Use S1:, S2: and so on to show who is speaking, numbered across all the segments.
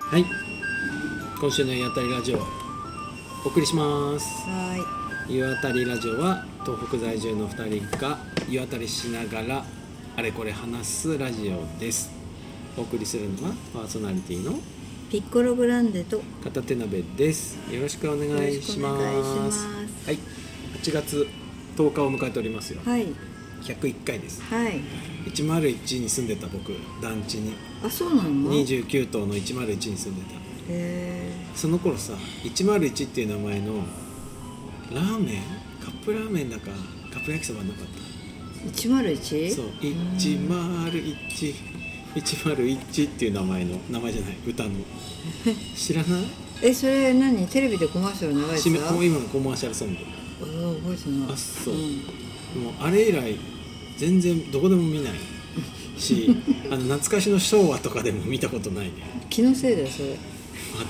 S1: はい今週の「湯あたりラジオ」お送りします
S2: は
S1: 湯あたりラジオは東北在住の2人が湯あたりしながらあれこれ話すラジオですお送りするのはパーソナリティの
S2: い。ピッコログランデと
S1: 片手鍋ですよろしくお願いしま
S2: よろしくお願い
S1: す
S2: します
S1: はい8月10日を迎えておりますよ、
S2: はい
S1: 101回です
S2: はい。
S1: 101に住んでた僕団地に
S2: あ、そうなの？へ
S1: 29棟の101に住んでた
S2: え
S1: その頃さ101っていう名前のラーメンカップラーメンだかカップ焼きそばなかっ
S2: 一丸
S1: た
S2: 一？
S1: そう「
S2: ん
S1: 1011」101っていう名前の名前じゃない歌 の知らない
S2: え、それ何？テレビでコマーシャル流れ
S1: しめ
S2: てた？
S1: もう今のコマーシャルソング
S2: うん覚えてない。
S1: あそうんもうあれ以来全然どこでも見ないしあの懐かしの昭和とかでも見たことないね
S2: 気のせいだよそれ。だ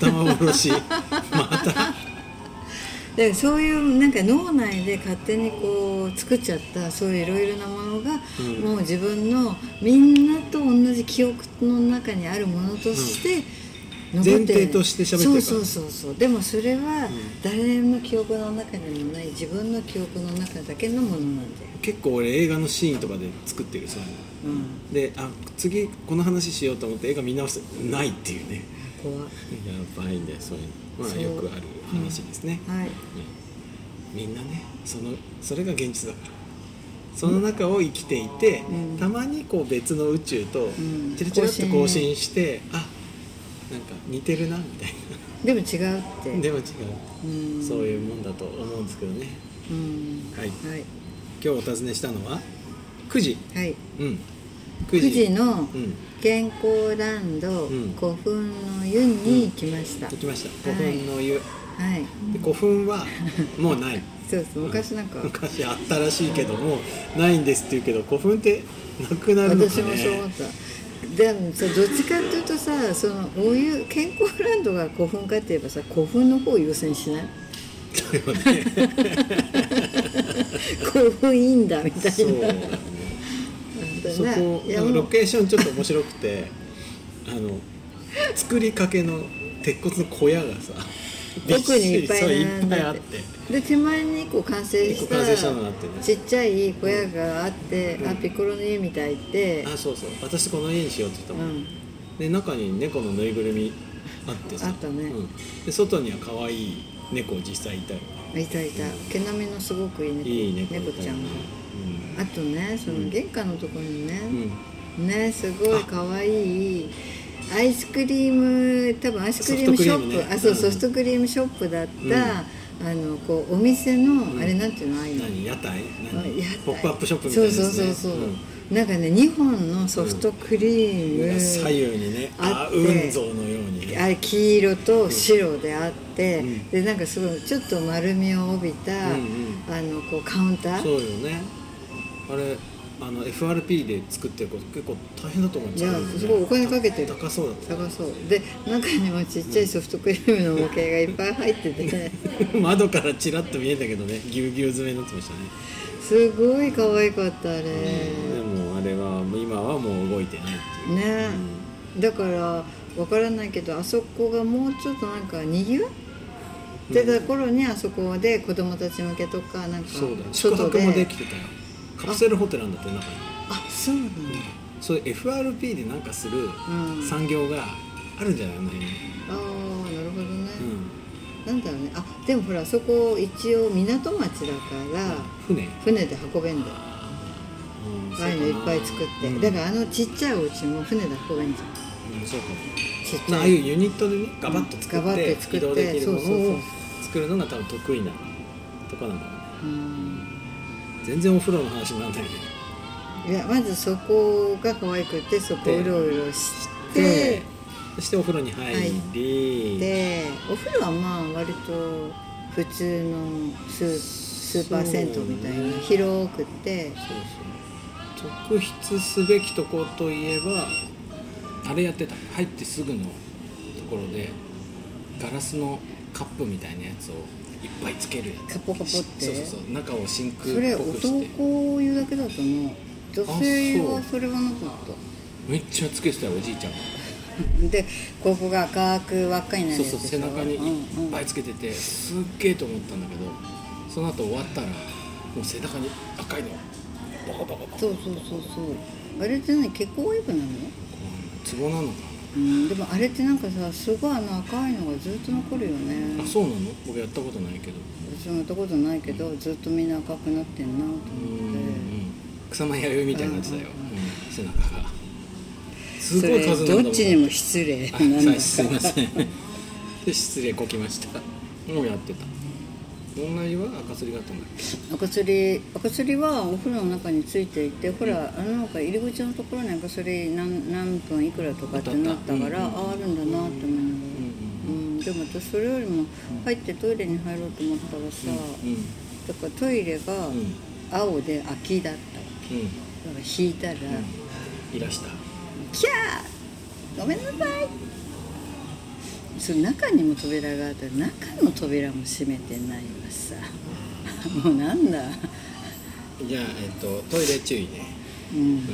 S1: 頭殺しまた
S2: からそういうなんか脳内で勝手にこう作っちゃったそういういろいろなものが、
S1: うん
S2: もう自分のみんなと同じ記憶の中にあるものとして残ってる、
S1: 前提として喋ってる
S2: そ
S1: から
S2: うそうそうそうでもそれは
S1: ん
S2: 誰の記憶の中にもない自分の記憶の中だけのものなんだよ、
S1: 結構俺映画のシーンとかで作ってるそういうの
S2: うん、
S1: であ次この話しようと思って映画見直すないっていうね
S2: 怖
S1: や
S2: っ
S1: ばいんだよそういうのま
S2: そ
S1: あ
S2: う
S1: よくある話ですね、
S2: はい
S1: うんみんなねそのそれが現実だからその中を生きていて、
S2: うん
S1: たまにこう別の宇宙と
S2: ん
S1: チラチラっと更
S2: 更
S1: 新
S2: 新
S1: して、あなんか似てるなみたい
S2: でも違うって
S1: なでも違う、
S2: うん、
S1: そういうもんだと思うんですけどね
S2: うん
S1: はい
S2: は
S1: 今
S2: い
S1: 日お尋ねしたのは9時
S2: はい、
S1: うん
S2: 9時の
S1: うん
S2: 健康ランド
S1: うん
S2: 古墳の湯に行きました、
S1: 行きました古墳の湯、
S2: はい
S1: で古墳はもうない
S2: そうそう昔なんか
S1: 昔あったらしいけどもないんですって言うけど古墳ってなくなるのか
S2: 私もそう思
S1: ね
S2: ったでもさどっちかっていうとさそのお湯健康ランドが古墳かっていえばさ古墳の方を優先 しない
S1: そうよね
S2: 古墳いいんだみた
S1: そ
S2: いうな
S1: そこ
S2: いや
S1: あの
S2: も
S1: ロ
S2: う
S1: ケーションちょっと面白くてあの作りかけの鉄骨の小屋がさびっし
S2: 奥にい
S1: り
S2: っぱい
S1: そう
S2: 並
S1: いっ
S2: ん
S1: ぱ
S2: で
S1: いあって
S2: で手前にこう完成し
S1: 一個完成した
S2: た
S1: のがあってね
S2: ちっちゃい小屋があって、
S1: うん
S2: あピコロの家みたいって
S1: てあそうそう私この家にしようって言った
S2: う
S1: もん、
S2: ん
S1: で中に猫のぬいぐるみあってさ
S2: あったね
S1: うん、で外には可愛い猫実際いたよ
S2: いたいた毛並みのすごくいい猫
S1: いい猫いたよね
S2: 猫ちゃんが
S1: うん
S2: あとねその玄関のところにね、
S1: うん
S2: ねすごい可愛いアイスクリーム多分アイスクリームショップ
S1: ソフトクリームね
S2: あそう、
S1: うん
S2: ソフトクリームショップだった、
S1: うん
S2: あのこうお店の、
S1: ん
S2: あれなんていうのああいうの
S1: 何屋台
S2: あ
S1: 何
S2: 屋台
S1: ポップアップショップみたいなやつね
S2: そうそうそうそう、
S1: ん
S2: なんかね2本のソフトクリーム、
S1: 左右にねあ
S2: あって
S1: 運動のようにね
S2: あれ黄色と白であって、
S1: うん
S2: でなんかすごいちょっと丸みを帯びた、
S1: うん
S2: あのこうカウンター
S1: そうよねあれあの FRP で作ってること結構大変だと思うんですけどね
S2: いやすごいお金かけてる
S1: た高そうだった
S2: 高そうで中にもちっちゃいソフトクリームの模型がいっぱい入ってて
S1: 窓からちらっと見えたけどねぎゅうぎゅう詰めになってましたね
S2: すごい可愛かったあれ、
S1: でもあれはもう今はもう動いてないっていう
S2: ね
S1: うん
S2: だからわからないけどあそこがもうちょっとなんかにぎわってた頃にあそこで子供たち向けとかなんか
S1: そうだよ宿
S2: 外
S1: 泊
S2: で
S1: もできてたよカプセルホテルなんだって中に
S2: あそうなんだ、
S1: そういう FRP でなんかする
S2: うん、あ
S1: 産業があるんじゃないの今
S2: あーなるほどね、
S1: うん
S2: なんだろうねあでもほらあそこ一応港町だから
S1: 船
S2: 船で運べんだよああいうのいっぱい作って、だから
S1: ら、
S2: あのちっちゃいお家も船で運べんじゃん
S1: うんそうかも
S2: ちっち
S1: まああ
S2: ゃ
S1: あいう
S2: い
S1: ユニットでねガバッと作
S2: ガバ
S1: っ
S2: ッ
S1: て,、
S2: て作って
S1: 移動できるも
S2: そうそう
S1: の
S2: そ
S1: を
S2: う
S1: 作るのが多分得意なとこなんだろ
S2: うん
S1: うね全然お風呂の話にならないね
S2: いやまずそこが可愛くてそこうろうろして
S1: そしてお風呂に入り、
S2: でお風呂はまあ割と普通のスースーパー銭湯みたいな、
S1: そう
S2: 広く
S1: そ
S2: て
S1: うそう特筆すべきとこといえばあれやってた入ってすぐのところでガラスのカップみたいなやつをいっぱいつけるやつ
S2: カポカポって
S1: そうそうそう中を真空
S2: それ
S1: っぽくして
S2: 男湯だけだと思う女性
S1: あ
S2: は
S1: そ
S2: それはなかっ
S1: めっちゃつけてたよおじいちゃんが
S2: でここが赤く輪っかになる
S1: そう
S2: やつ
S1: そ
S2: で
S1: う
S2: しょ
S1: 背中に
S2: うん
S1: い
S2: うん
S1: っぱいつけててすっげえと思ったんだけどその後終わったらもう背中に赤いのボコボコボコ
S2: そうそうそうそうあれって何結構ウェーブなの
S1: ツボなのか
S2: うんでもあれってなんかさすごいあの赤いのがずっと残るよね
S1: なあそうなの僕やったことないけど
S2: 私もやったことないけどずっとみんな赤くなってんなと思
S1: うんう
S2: って
S1: ん草間弥生みたいになってたよ、
S2: う
S1: うん背中がす
S2: そ
S1: ごい
S2: れ
S1: 数なんだもん
S2: どっちにも失礼
S1: あ
S2: なん
S1: は
S2: だか
S1: いすいませんで失礼こきましたもうやってた女湯は赤すりがあったんだっけ
S2: 赤すり赤すりはお風呂の中についていてほら、あのなんか入り口のところに赤すり何何分いくらとかってなった
S1: あ
S2: から、
S1: ったあったうん
S2: ああるんだなって思いながら、うん、でも私それよりも入ってトイレに入ろうと思ったらさ、
S1: うんうん
S2: だからトイレが
S1: うん
S2: 青で空きだったわ
S1: うん
S2: けだから引いたら「
S1: いらした
S2: キャーごめんなさい!」その中にも扉があった中の扉も閉めてないわさ もうなんだ
S1: じゃあ、えっと、トイレ注意ね。
S2: うん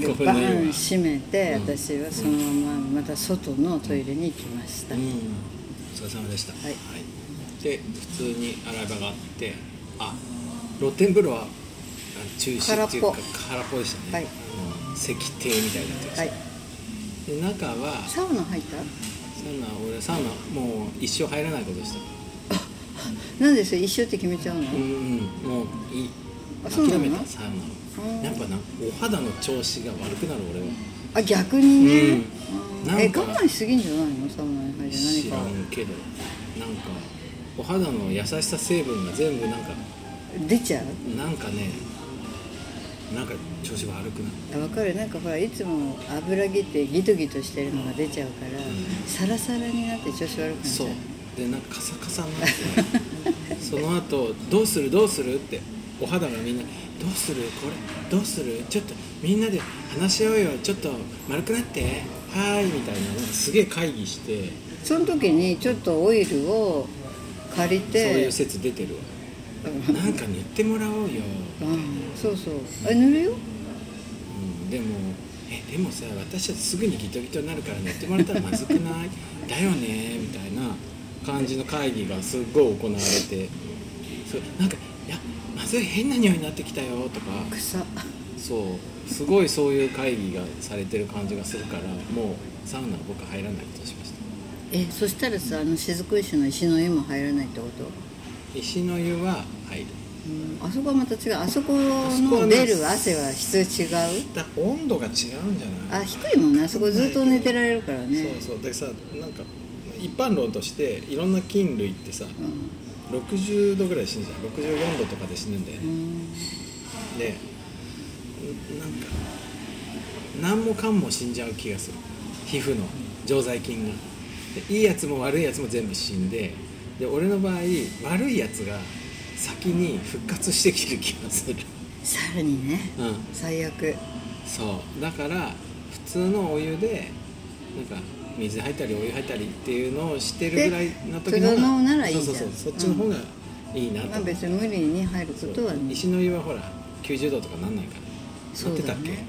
S2: で
S1: ごめん
S2: バ
S1: ね
S2: ーン
S1: 今
S2: 閉めて
S1: うん
S2: 私はそのまままた外のトイレに行きました、
S1: うん、お疲れ様でした。
S2: はい
S1: で、普通に洗い場があって、あ、露天風呂はあ中止っていうか
S2: 空っ
S1: 空っぽでしたね。
S2: はい
S1: あの石庭みたいになってました。
S2: はい
S1: で、中はサ
S2: サウナ入っ
S1: ウナ、俺サウナもう一生入らないことした。
S2: たなんでそれ一緒って決めちゃうの、
S1: うん、うん、もういい。
S2: あ
S1: 諦
S2: そうなの
S1: めたサウ
S2: うん
S1: ナ。やっぱな、お肌の調子が悪くなる俺は。
S2: あ逆にね、
S1: うん
S2: うんえ
S1: なんか
S2: 我慢しすぎんじゃないのサウナに入る
S1: 知
S2: 何
S1: らん
S2: か
S1: けどなんかお肌の優しさ成分が全部なんか
S2: 出ちゃう
S1: なんかねなんか調子が悪くなる
S2: あわかるなんかほらいつも油ぎってギトギトしてるのが出ちゃうから、
S1: ん
S2: サラサラになって調子悪くなっち
S1: そ
S2: ゃ
S1: う
S2: う
S1: でなんかカサカサになってその後どうするどうする?」ってお肌がみんな「どうするこれどうするちょっとみんなで話し合おうよちょっと丸くなってはーい」みたいななんかすげえ会議して
S2: その時にちょっとオイルを借り
S1: そうい
S2: て
S1: う説出てるわ
S2: う
S1: なんか塗ってもらおうよ
S2: んそうそうえ塗るよ
S1: うん、でもえでもさ私たちすぐにギトギトになるから寝てもらったらまずくないだよねみたいな感じの会議がすっごい行われてそうなんか「いやまずい変な匂いになってきたよ」とか
S2: 草
S1: そうすごいそういう会議がされてる感じがするからもうサウナは僕は入らないことにしました
S2: えそしたらさあの雫石の石の湯も入らないってこと
S1: 石の湯は入る
S2: うんあそこはまた違うあそこ
S1: あそこは
S2: の
S1: ね
S2: 出る汗は質違う
S1: だ温度が違うんじゃない
S2: あ低いもんねあそこずっと寝てられるからね
S1: そうそうでさなんか一般論としていろんな菌類ってさ、60度ぐらいで死ぬじゃん64度とかで死ぬんだよ
S2: う
S1: ね、
S2: ん
S1: でんなんか何もかんも死んじゃう気がする皮膚の常在菌がでいいやつも悪いやつも全部死んでで俺の場合悪いやつが先に復活してきてる気がする、
S2: さらにね
S1: うん、
S2: 最悪
S1: そうだから普通のお湯でなんか水入ったりお湯入ったりっていうのをしてるぐらいの時の方が
S2: で都合ならいいじゃん
S1: そうそうそうそっちの方がいいなと
S2: まあ
S1: 思う、
S2: 別に無理に入るこ
S1: そう
S2: とはね
S1: 石の湯はほら90度とかなんないから
S2: そう
S1: なってた
S2: だ
S1: っけ、
S2: ね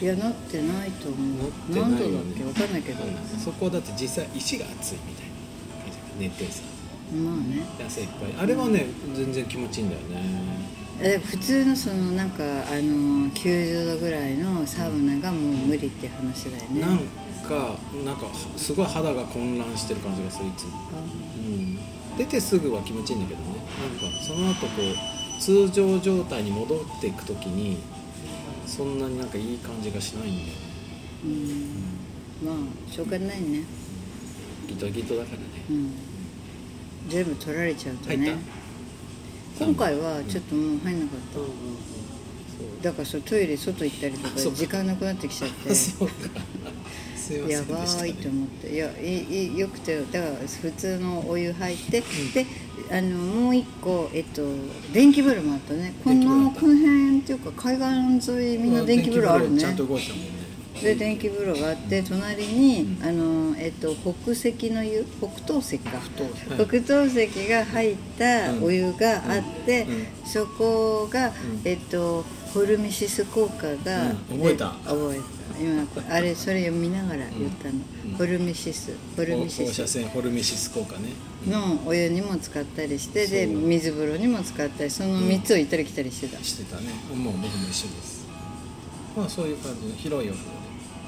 S2: いやなってないと思う
S1: なって
S2: 何
S1: な
S2: 度
S1: いよ
S2: だっけ
S1: ね
S2: わかんないけど
S1: わかん
S2: ま
S1: ないそこだって実際石が熱いみたいな感じだから熱天さ
S2: あね
S1: で汗いっぱいあれはね、全然気持ちいいんだよね
S2: え普通のそのなんかあの90度ぐらいのサウナがもう無理って話だよね
S1: なんかなんかすごい肌が混乱してる感じがするいつも
S2: あ
S1: うん出てすぐは気持ちいいんだけどねなんかその後こう通常状態に戻っていく時にそんなになんかいい感じがしないんだよね、
S2: うんまあしょうがないね
S1: ギトギトだからね
S2: うん全部取られちゃうと
S1: 入った
S2: ね、今回はちょっともう入んなかった、
S1: そう
S2: だからそのトイレ外行ったりと
S1: あそ
S2: か
S1: う
S2: 時間なくなってきちゃっ
S1: あ
S2: て
S1: そうかすいませんで
S2: や
S1: した、ね、
S2: ばーいと思っていやいいいよくてだから普通のお湯入って、であのもう一個、えっと、電気風呂もあったねこ
S1: 電気風呂あ
S2: の
S1: った
S2: この辺っていうか海岸沿いみんな電気風呂ある
S1: ち
S2: ね
S1: ゃんと動いてたもんね
S2: で電気風呂があって隣に、
S1: う
S2: あのえっと、北石の湯北東石か
S1: 東石
S2: 北東石が入ったお湯があって、
S1: うんうん
S2: そこが、
S1: ん
S2: えっと、ホルミシス効果が、
S1: うん覚えた
S2: で覚えた今あれそれを見ながら言ったの、
S1: うん
S2: ホルミシスホルミシ
S1: 放射
S2: ス
S1: 線ホルミシス効果ね、
S2: のお湯にも使ったりしてで
S1: そう
S2: 水風呂にも使ったりその3つを行ったり来たりしてた、
S1: してたねもう僕も一緒ですまあそういう感じの広いお風呂で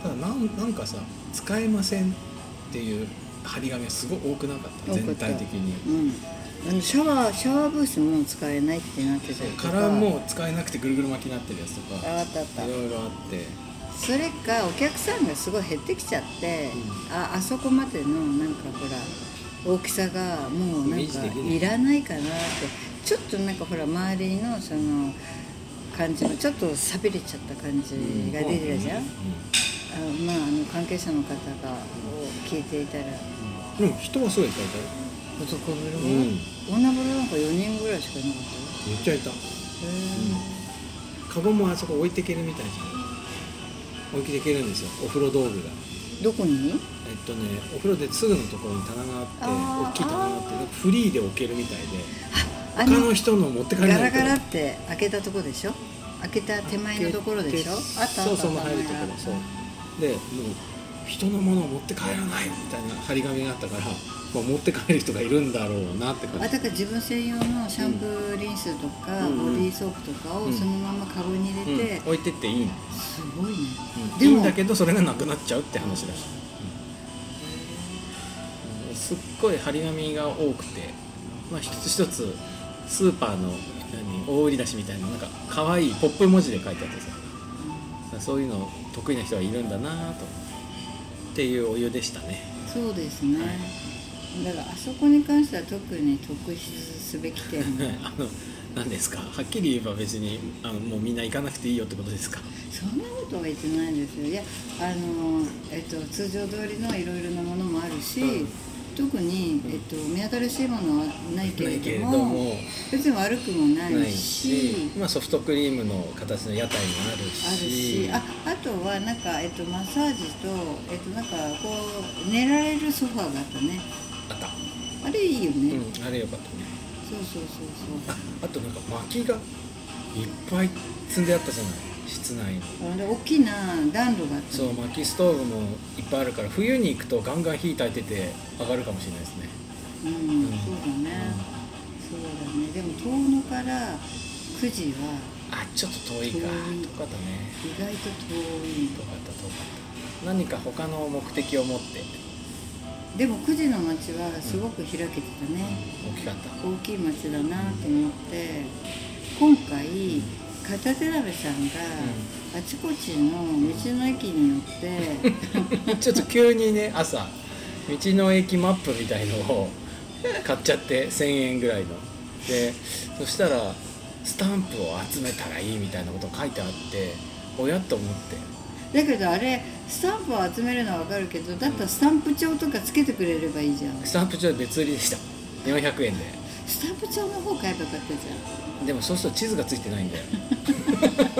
S1: ただなんなんかさ使えませんっていう張り紙がすごく多くなかった
S2: 多か
S1: 全
S2: った
S1: 体的に
S2: うん、あのシャワーシャワーブースも使えないってなってたりと
S1: か
S2: から
S1: もう使えなくてぐるぐる巻きになってるやつと
S2: あ
S1: か
S2: あったあった
S1: いろいろあって
S2: それかお客さんがすごい減ってきちゃって、ああそこまでのなんかほら大きさがもうな
S1: イメー
S2: ん
S1: ジ
S2: か
S1: できない
S2: いらないかなってちょっとなんかほら周りのその感じもちょっとさびれちゃった感じが出てたじゃ
S1: う
S2: ん、あまああの関係者の方が聞いていた
S1: う
S2: ら
S1: んでも人はすごいいっぱいいたよ
S2: 男風呂、
S1: うん
S2: 女風呂なんか4人ぐらいしかいなかっ
S1: めっちゃいた
S2: たよへ
S1: カゴもあそこ置いてけるみたいじゃん置いてけるんですよお風呂道具が
S2: えどこに
S1: えっとねお風呂ですぐのところに棚があ
S2: あー
S1: って大きい棚があってなんかフリーで置けるみたいで
S2: あ
S1: 他
S2: の
S1: の人の持って帰
S2: ガ
S1: れない
S2: ラガラって開けたとこでしょ開けた手前のところでしょあったあった
S1: そうそうもう入るとこ
S2: あった
S1: ろそうでもう人のものを持って帰らないみたいな張り紙があったから、まあ、持って帰る人がいるんだろうなって感
S2: あ
S1: じ
S2: だから自分専用のシャンプーリンスとか、
S1: うん
S2: ボディーソープとかをそのままカゴに入れて、
S1: うん、置いてっていいの、
S2: すごいね、
S1: うん、
S2: で
S1: いいん
S2: も
S1: だけどそれがなくなっちゃうって話だし、うんすっごい張り紙が多くて、まあ、一つ一つスーパーの何大売り出しみたいななんか可愛いポップ文字で書いてあってさそういうの得意な人はいるんだなぁとっていうお湯でしたね
S2: そうですね、
S1: は
S2: だからあそこに関しては特に特筆すべき点が
S1: あの何ですかはっきり言えば別にあのもうみんな行かなくていいよってことですか
S2: そんなことは言ってないですよいやあの、えっと、通常通りのいろいろなものもあるし、
S1: うん
S2: 特に、えっと、目新しいものはないけれ
S1: ないけれ
S2: ど
S1: ど
S2: も
S1: も
S2: 別に悪くもないし
S1: まあ、ソフトクリームの形の屋台もある
S2: ある
S1: し
S2: しああとはなんか、えっと、マッサージと、えっと、なんかこう寝られるソファーがあったね
S1: あった
S2: あれいいよね、
S1: うん、あれよかったね
S2: そうそうそう
S1: ああとなんか薪がいっぱい積んであったじゃない室内に
S2: そうあれ大きな暖炉があった
S1: そう薪ストーブもいっぱいあるから冬に行くとガンガン火焚いてて上がるかもしれないですね
S2: うん、そうだね、そうだねでも遠野から9時は
S1: あちょっと遠いか遠
S2: 遠い
S1: かったね
S2: 意外と遠い
S1: 遠かった遠かった何か他の目的を持って
S2: でも9時の街はすごく開けてたね、
S1: 大きかった
S2: 大きい街だなと思って今回片手鍋さんがあちこちの道の駅によって、
S1: ちょっと急にね朝道の駅マップみたいのを買っちゃって1000円ぐらいのでそしたらスタンプを集めたらいいみたいなこと書いてあっておやと思って
S2: だけどあれスタンプを集めるのはわかるけどだったらスタンプ帳とかつけてくれればいいじゃん
S1: スタンプ帳別売りでした400円で
S2: スタンプ帳の方買えばよかったじゃ
S1: でもそうすると地図がついてないんだ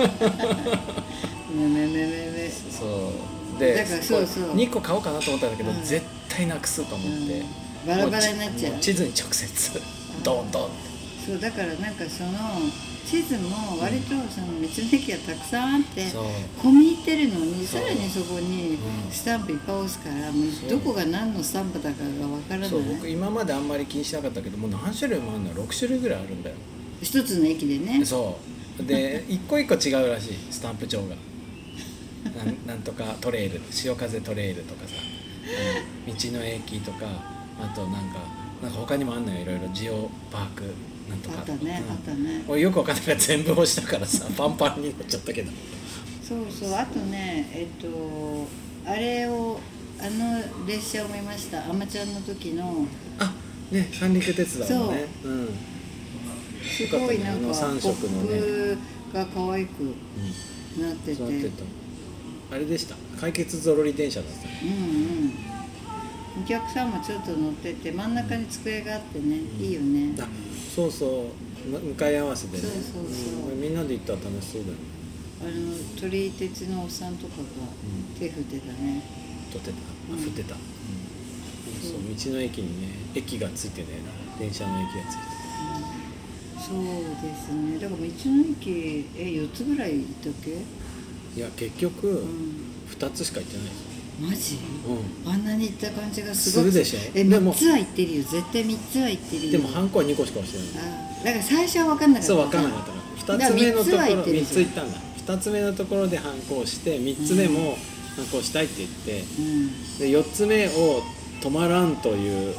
S1: よ
S2: んめめめめめ
S1: そうで
S2: だからそうそう
S1: 2個買おうかなと思ったんだけど、
S2: うん
S1: 絶対なくすと思って、
S2: うんバラバラになっちゃう
S1: も地図に直接ドンドンって
S2: そうだからなんかその地図も割とその道の駅がたくさんあって
S1: そう
S2: 込み入ってるのに
S1: そ
S2: さ
S1: う
S2: らにそこ
S1: う
S2: に
S1: ん
S2: スタンプいっぱい押すからも
S1: そう
S2: うどこが何のスタンプだかがわからない
S1: そう僕今まであんまり気にしなかったけどもう何種類もあるの6種類ぐらいあるんだよ
S2: 一つの駅でね
S1: そうで一個一個違うらしいスタンプ帳がなんなんとかトレイル潮風トレイルとかさあの道の駅とかあとなんかなんか他にもあんのよいろいろジオパークなんとか
S2: あったね
S1: うん
S2: あったね
S1: 俺よくわかんないから全部押したからさパンパンになっちゃったけど
S2: そうそうあとねえっとあれをあの列車を見ましたあまちゃんの時の
S1: あね三陸鉄道のねうん
S2: すごいなんか
S1: よ
S2: ポ
S1: かったねあの三色のね
S2: ップが可愛く
S1: うん
S2: なってて
S1: 座
S2: う
S1: っ
S2: んう
S1: てたあれでした解決ぞろり電車だった
S2: んお客さんもちょっと乗ってて真ん中に机があってねいいよね
S1: あそうそうむ向かい合わせでね
S2: そうそうそうん
S1: みんなで行ったら楽しそうだよね
S2: あの鳥居鉄のおっさんとかが
S1: ん
S2: 手振ってたね、
S1: 撮ってたあ
S2: うん
S1: 振ってた、うんそう道の駅にね駅がついてね電車の駅がついて
S2: そうですねだから道の駅え4つぐらい行ったっけ、
S1: いや結局、
S2: うん、
S1: 2つしか行ってないです
S2: マジ
S1: よ、
S2: あんなに行った感じがす
S1: す
S2: ごく
S1: るでしょ
S2: え
S1: でも
S2: 3つは行ってるよ絶対3つは行ってる
S1: う
S2: よ
S1: ん、でもハンコは2個しか押してない
S2: あだから最初は分かんなかった
S1: そう分からなかったから2つ目のとこ
S2: だ
S1: ろ
S2: から三つは行ってる
S1: 3
S2: じゃん
S1: つ行ったんだ2つ目のところで反抗して3つ目も反抗したいって言って、
S2: うん
S1: で4つ目を止まらんという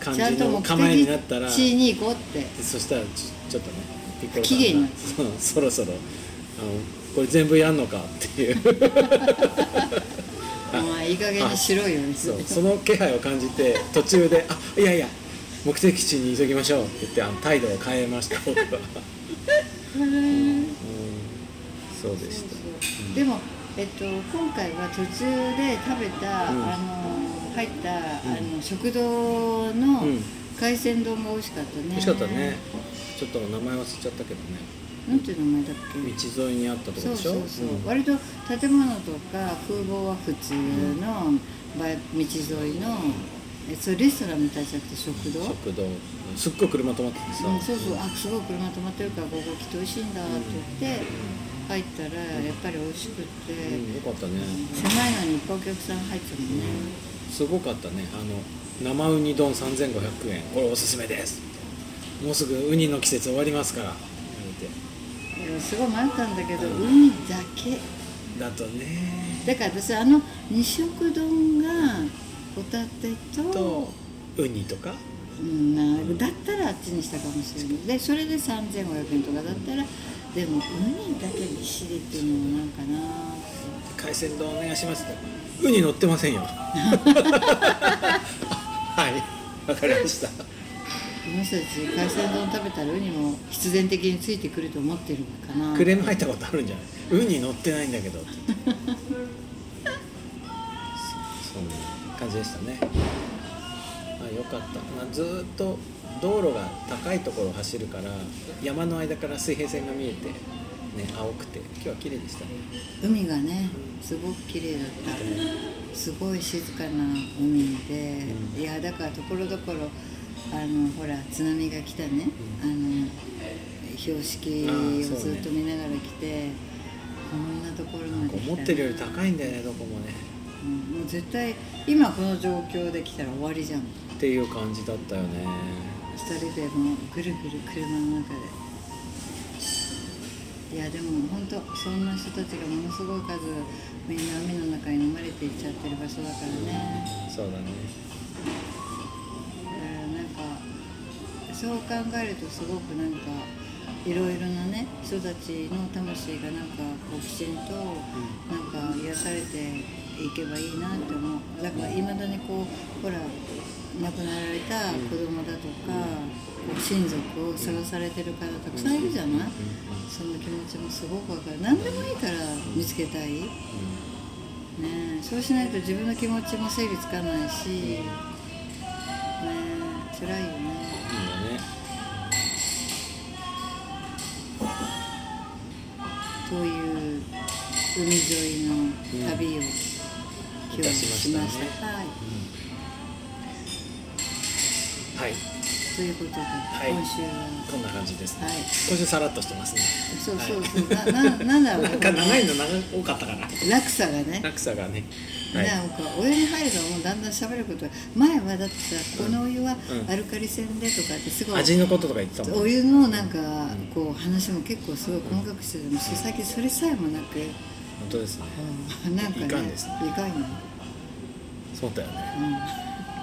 S1: 感
S2: ちゃ
S1: じ
S2: んと
S1: の
S2: 目
S1: 構えになっ
S2: 的
S1: たら
S2: 地に行こうって
S1: そしたらちょちょっとねピッコロ
S2: 不機嫌に
S1: さ
S2: なんっ
S1: がそうそろそろあのこれ全部やんのかっていう
S2: お前いい加減にしろよ
S1: そうその気配を感じて途中で「あいやいや目的地に急ぎましょう」って言ってあの態度を変えました 僕は、うん、そうでしたうん
S2: でも、えっと、今回は途中で食べた、
S1: うん
S2: あの入った、
S1: ん
S2: あの食堂の
S1: うん
S2: 海鮮丼が美味しかったね
S1: 美味しかったねちょっと名前忘れちゃったけどね
S2: なんていう名前だっけ
S1: 道沿いにあったとこで
S2: そう
S1: しょ
S2: そうそう、
S1: ん
S2: 割と建物とか風貌は普通の、ば道沿いのえそれレストランみたいじゃなくて食堂、
S1: 食堂すっごい車止まっててさ、
S2: うん、そうそうあすごい車止まってるからここきっと美味しいんだって言って入ったらやっぱり美味しくって、
S1: うんよかったね、
S2: 狭いのにいっぱいお客さん入ってたもんね、
S1: すごかったねあの生ウニ丼3500円これおすすめですもうすぐウニの季節終わりますから言わ
S2: いやすごい迷ったんだけどウニだけ
S1: れてだとね
S2: だから私あの二色丼がホタテと
S1: とウニとか
S2: うんなだったらあっちにしたかもしれないでそれで3500円とかだったらでもウニだけぎっしりっていうのもなんかなって
S1: 海鮮丼お願いしますってウニ乗ってませんよはいわかりました
S2: この人たち海鮮丼食べたらウニも必然的についてくると思ってるのかな
S1: クレーム入ったことあるんじゃないウニ乗ってないんだけどって言ってそそんな感じでしたねあよかったなずーっと道路が高いところを走るから山の間から水平線が見えて、ね、青くて今日は綺麗でしたね
S2: 海がねすごく綺麗だったすごい静かな海で、
S1: うん
S2: いやだからところどころあのほら津波が来たね、あの標識
S1: あー
S2: を
S1: そう
S2: ず
S1: ね
S2: っと見ながら来て、こんなところ
S1: な
S2: ま
S1: ん
S2: で
S1: か
S2: 来た
S1: 思ってるより高いんだよねどこもね
S2: うん、もう絶対今この状況で来たら終わりじゃん
S1: っていう感じだったよね
S2: 一人でもうぐるぐる車の中でいやでも本当そんな人たちがものすごい数みんな海の中に飲まれていっちゃってる場所だからね
S1: そうだね
S2: だからなんかそう考えるとすごくなんかいろいろなね人たちの魂がなんかこうきちんとなんか癒されていけばいいなって思うだからいまだにこうほら亡くなられた子供だとか、こう親族を探されてる方たくさんいるじゃない、その気持ちもすごくわかる何でもいいから見つけたい、ねえそうしないと自分の気持ちも整理つかないし、ねえ辛いよね
S1: うんいいよね
S2: という海沿いの旅を今日は
S1: い
S2: しました,、
S1: たしましたね
S2: はい、
S1: はい
S2: ということで、
S1: い
S2: 今週は
S1: こんな感じですね、
S2: はい
S1: 今週さらっとしてますね
S2: そうそうそう、なななんだろう
S1: なんか長いの長多かったから
S2: 落差がね、
S1: 落差がね
S2: な
S1: は
S2: ん
S1: い
S2: かお湯に入るともうだんだん喋ることが前はだってさこのお湯は
S1: うん
S2: アルカリ線でとかってすごい、
S1: 味のこととか言ってたもん
S2: お
S1: ね
S2: 湯のなんかこう話も結構すごい細かくしてても最近それさえもなく、
S1: 本当ですね
S2: うんなんかね
S1: いかんですね
S2: いかんよ
S1: そうだよね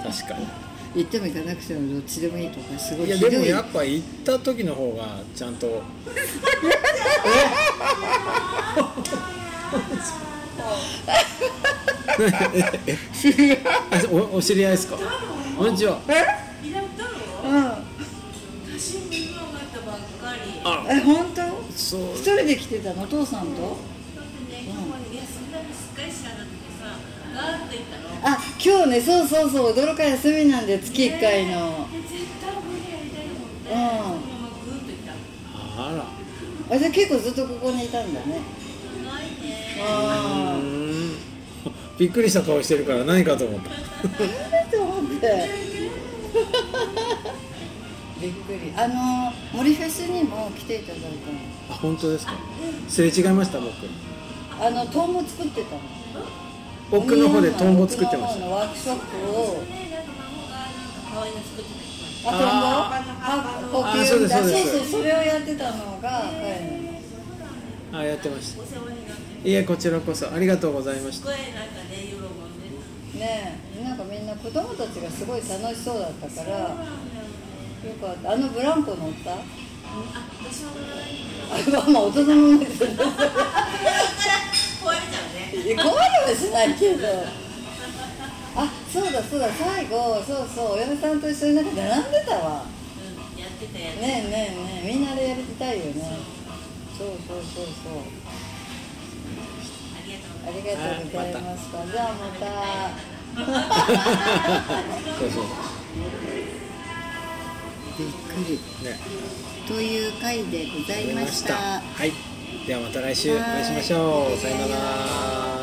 S1: 確かに
S2: うん、行っても行かなくてもどっちでもいいとかすごい
S1: いや
S2: ひど
S1: で
S2: い
S1: もやっぱ行った時の方がちゃん と
S2: 知り合い
S1: あおお知り合い ですかこんにちは
S3: ひなたは私も見ようがったばっかり。だっ
S1: あ
S2: うんえ本当
S1: そう
S2: 一人で来てたのお父さんと
S3: てね、今まで休みなんかすっかり知らなくてさ、ガーッと行ったの。
S2: あ今日ねそうそうそう驚か休みなんで月1回の、
S3: で絶対無理やりたいと思って、
S2: うん
S3: そのままぐーっと行ったの。
S1: あ
S2: あじゃあ結構ずっとここにいたんだね
S3: ないね。
S1: らうー
S2: あ
S1: んびっくりした顔してるから何かと思った
S2: あなんと思ってびっくりあの森フェスにも来ていただいたの
S1: あ本当ですかすれ違いました僕
S3: あ
S2: あのトンボ作ってたの
S1: 奥の方でトンボ作ってまし
S2: 奥
S1: た
S2: の方のワークショップを
S3: ねなんか孫がなんか可愛いの作ってたりとか
S2: あトンボ
S1: あ
S2: あ
S1: ー
S2: 呼吸
S1: あそうです
S2: だ
S1: そうです
S2: そうそうそれをやってたのが彼の
S1: あやってました
S3: お世話になって
S1: いえこちらこそありがとうございまし
S3: す
S1: た
S3: ごいなんかね喜んで
S2: ねえなんかみんな子供たちがすごい楽しそうだったからよかったあのブランコ乗った あ
S3: あ私は乗らないんだ
S2: まあ大人も乗ってた
S3: 壊れちゃうね
S2: 壊れはしないけどあそうだそうだ最後そうそうお嫁さんと一緒になんか並んでたわ
S3: うんやってたや
S2: ね
S3: つ
S2: えねえねえみんなでやりたいよねそうそうそうそう
S3: ありがと
S2: あ
S3: う
S2: りがとうございましたじゃあまた。
S4: そうそう
S2: びっくり
S1: ね
S2: という回でございました。
S1: はいではまた来週お会いしましょうさよなら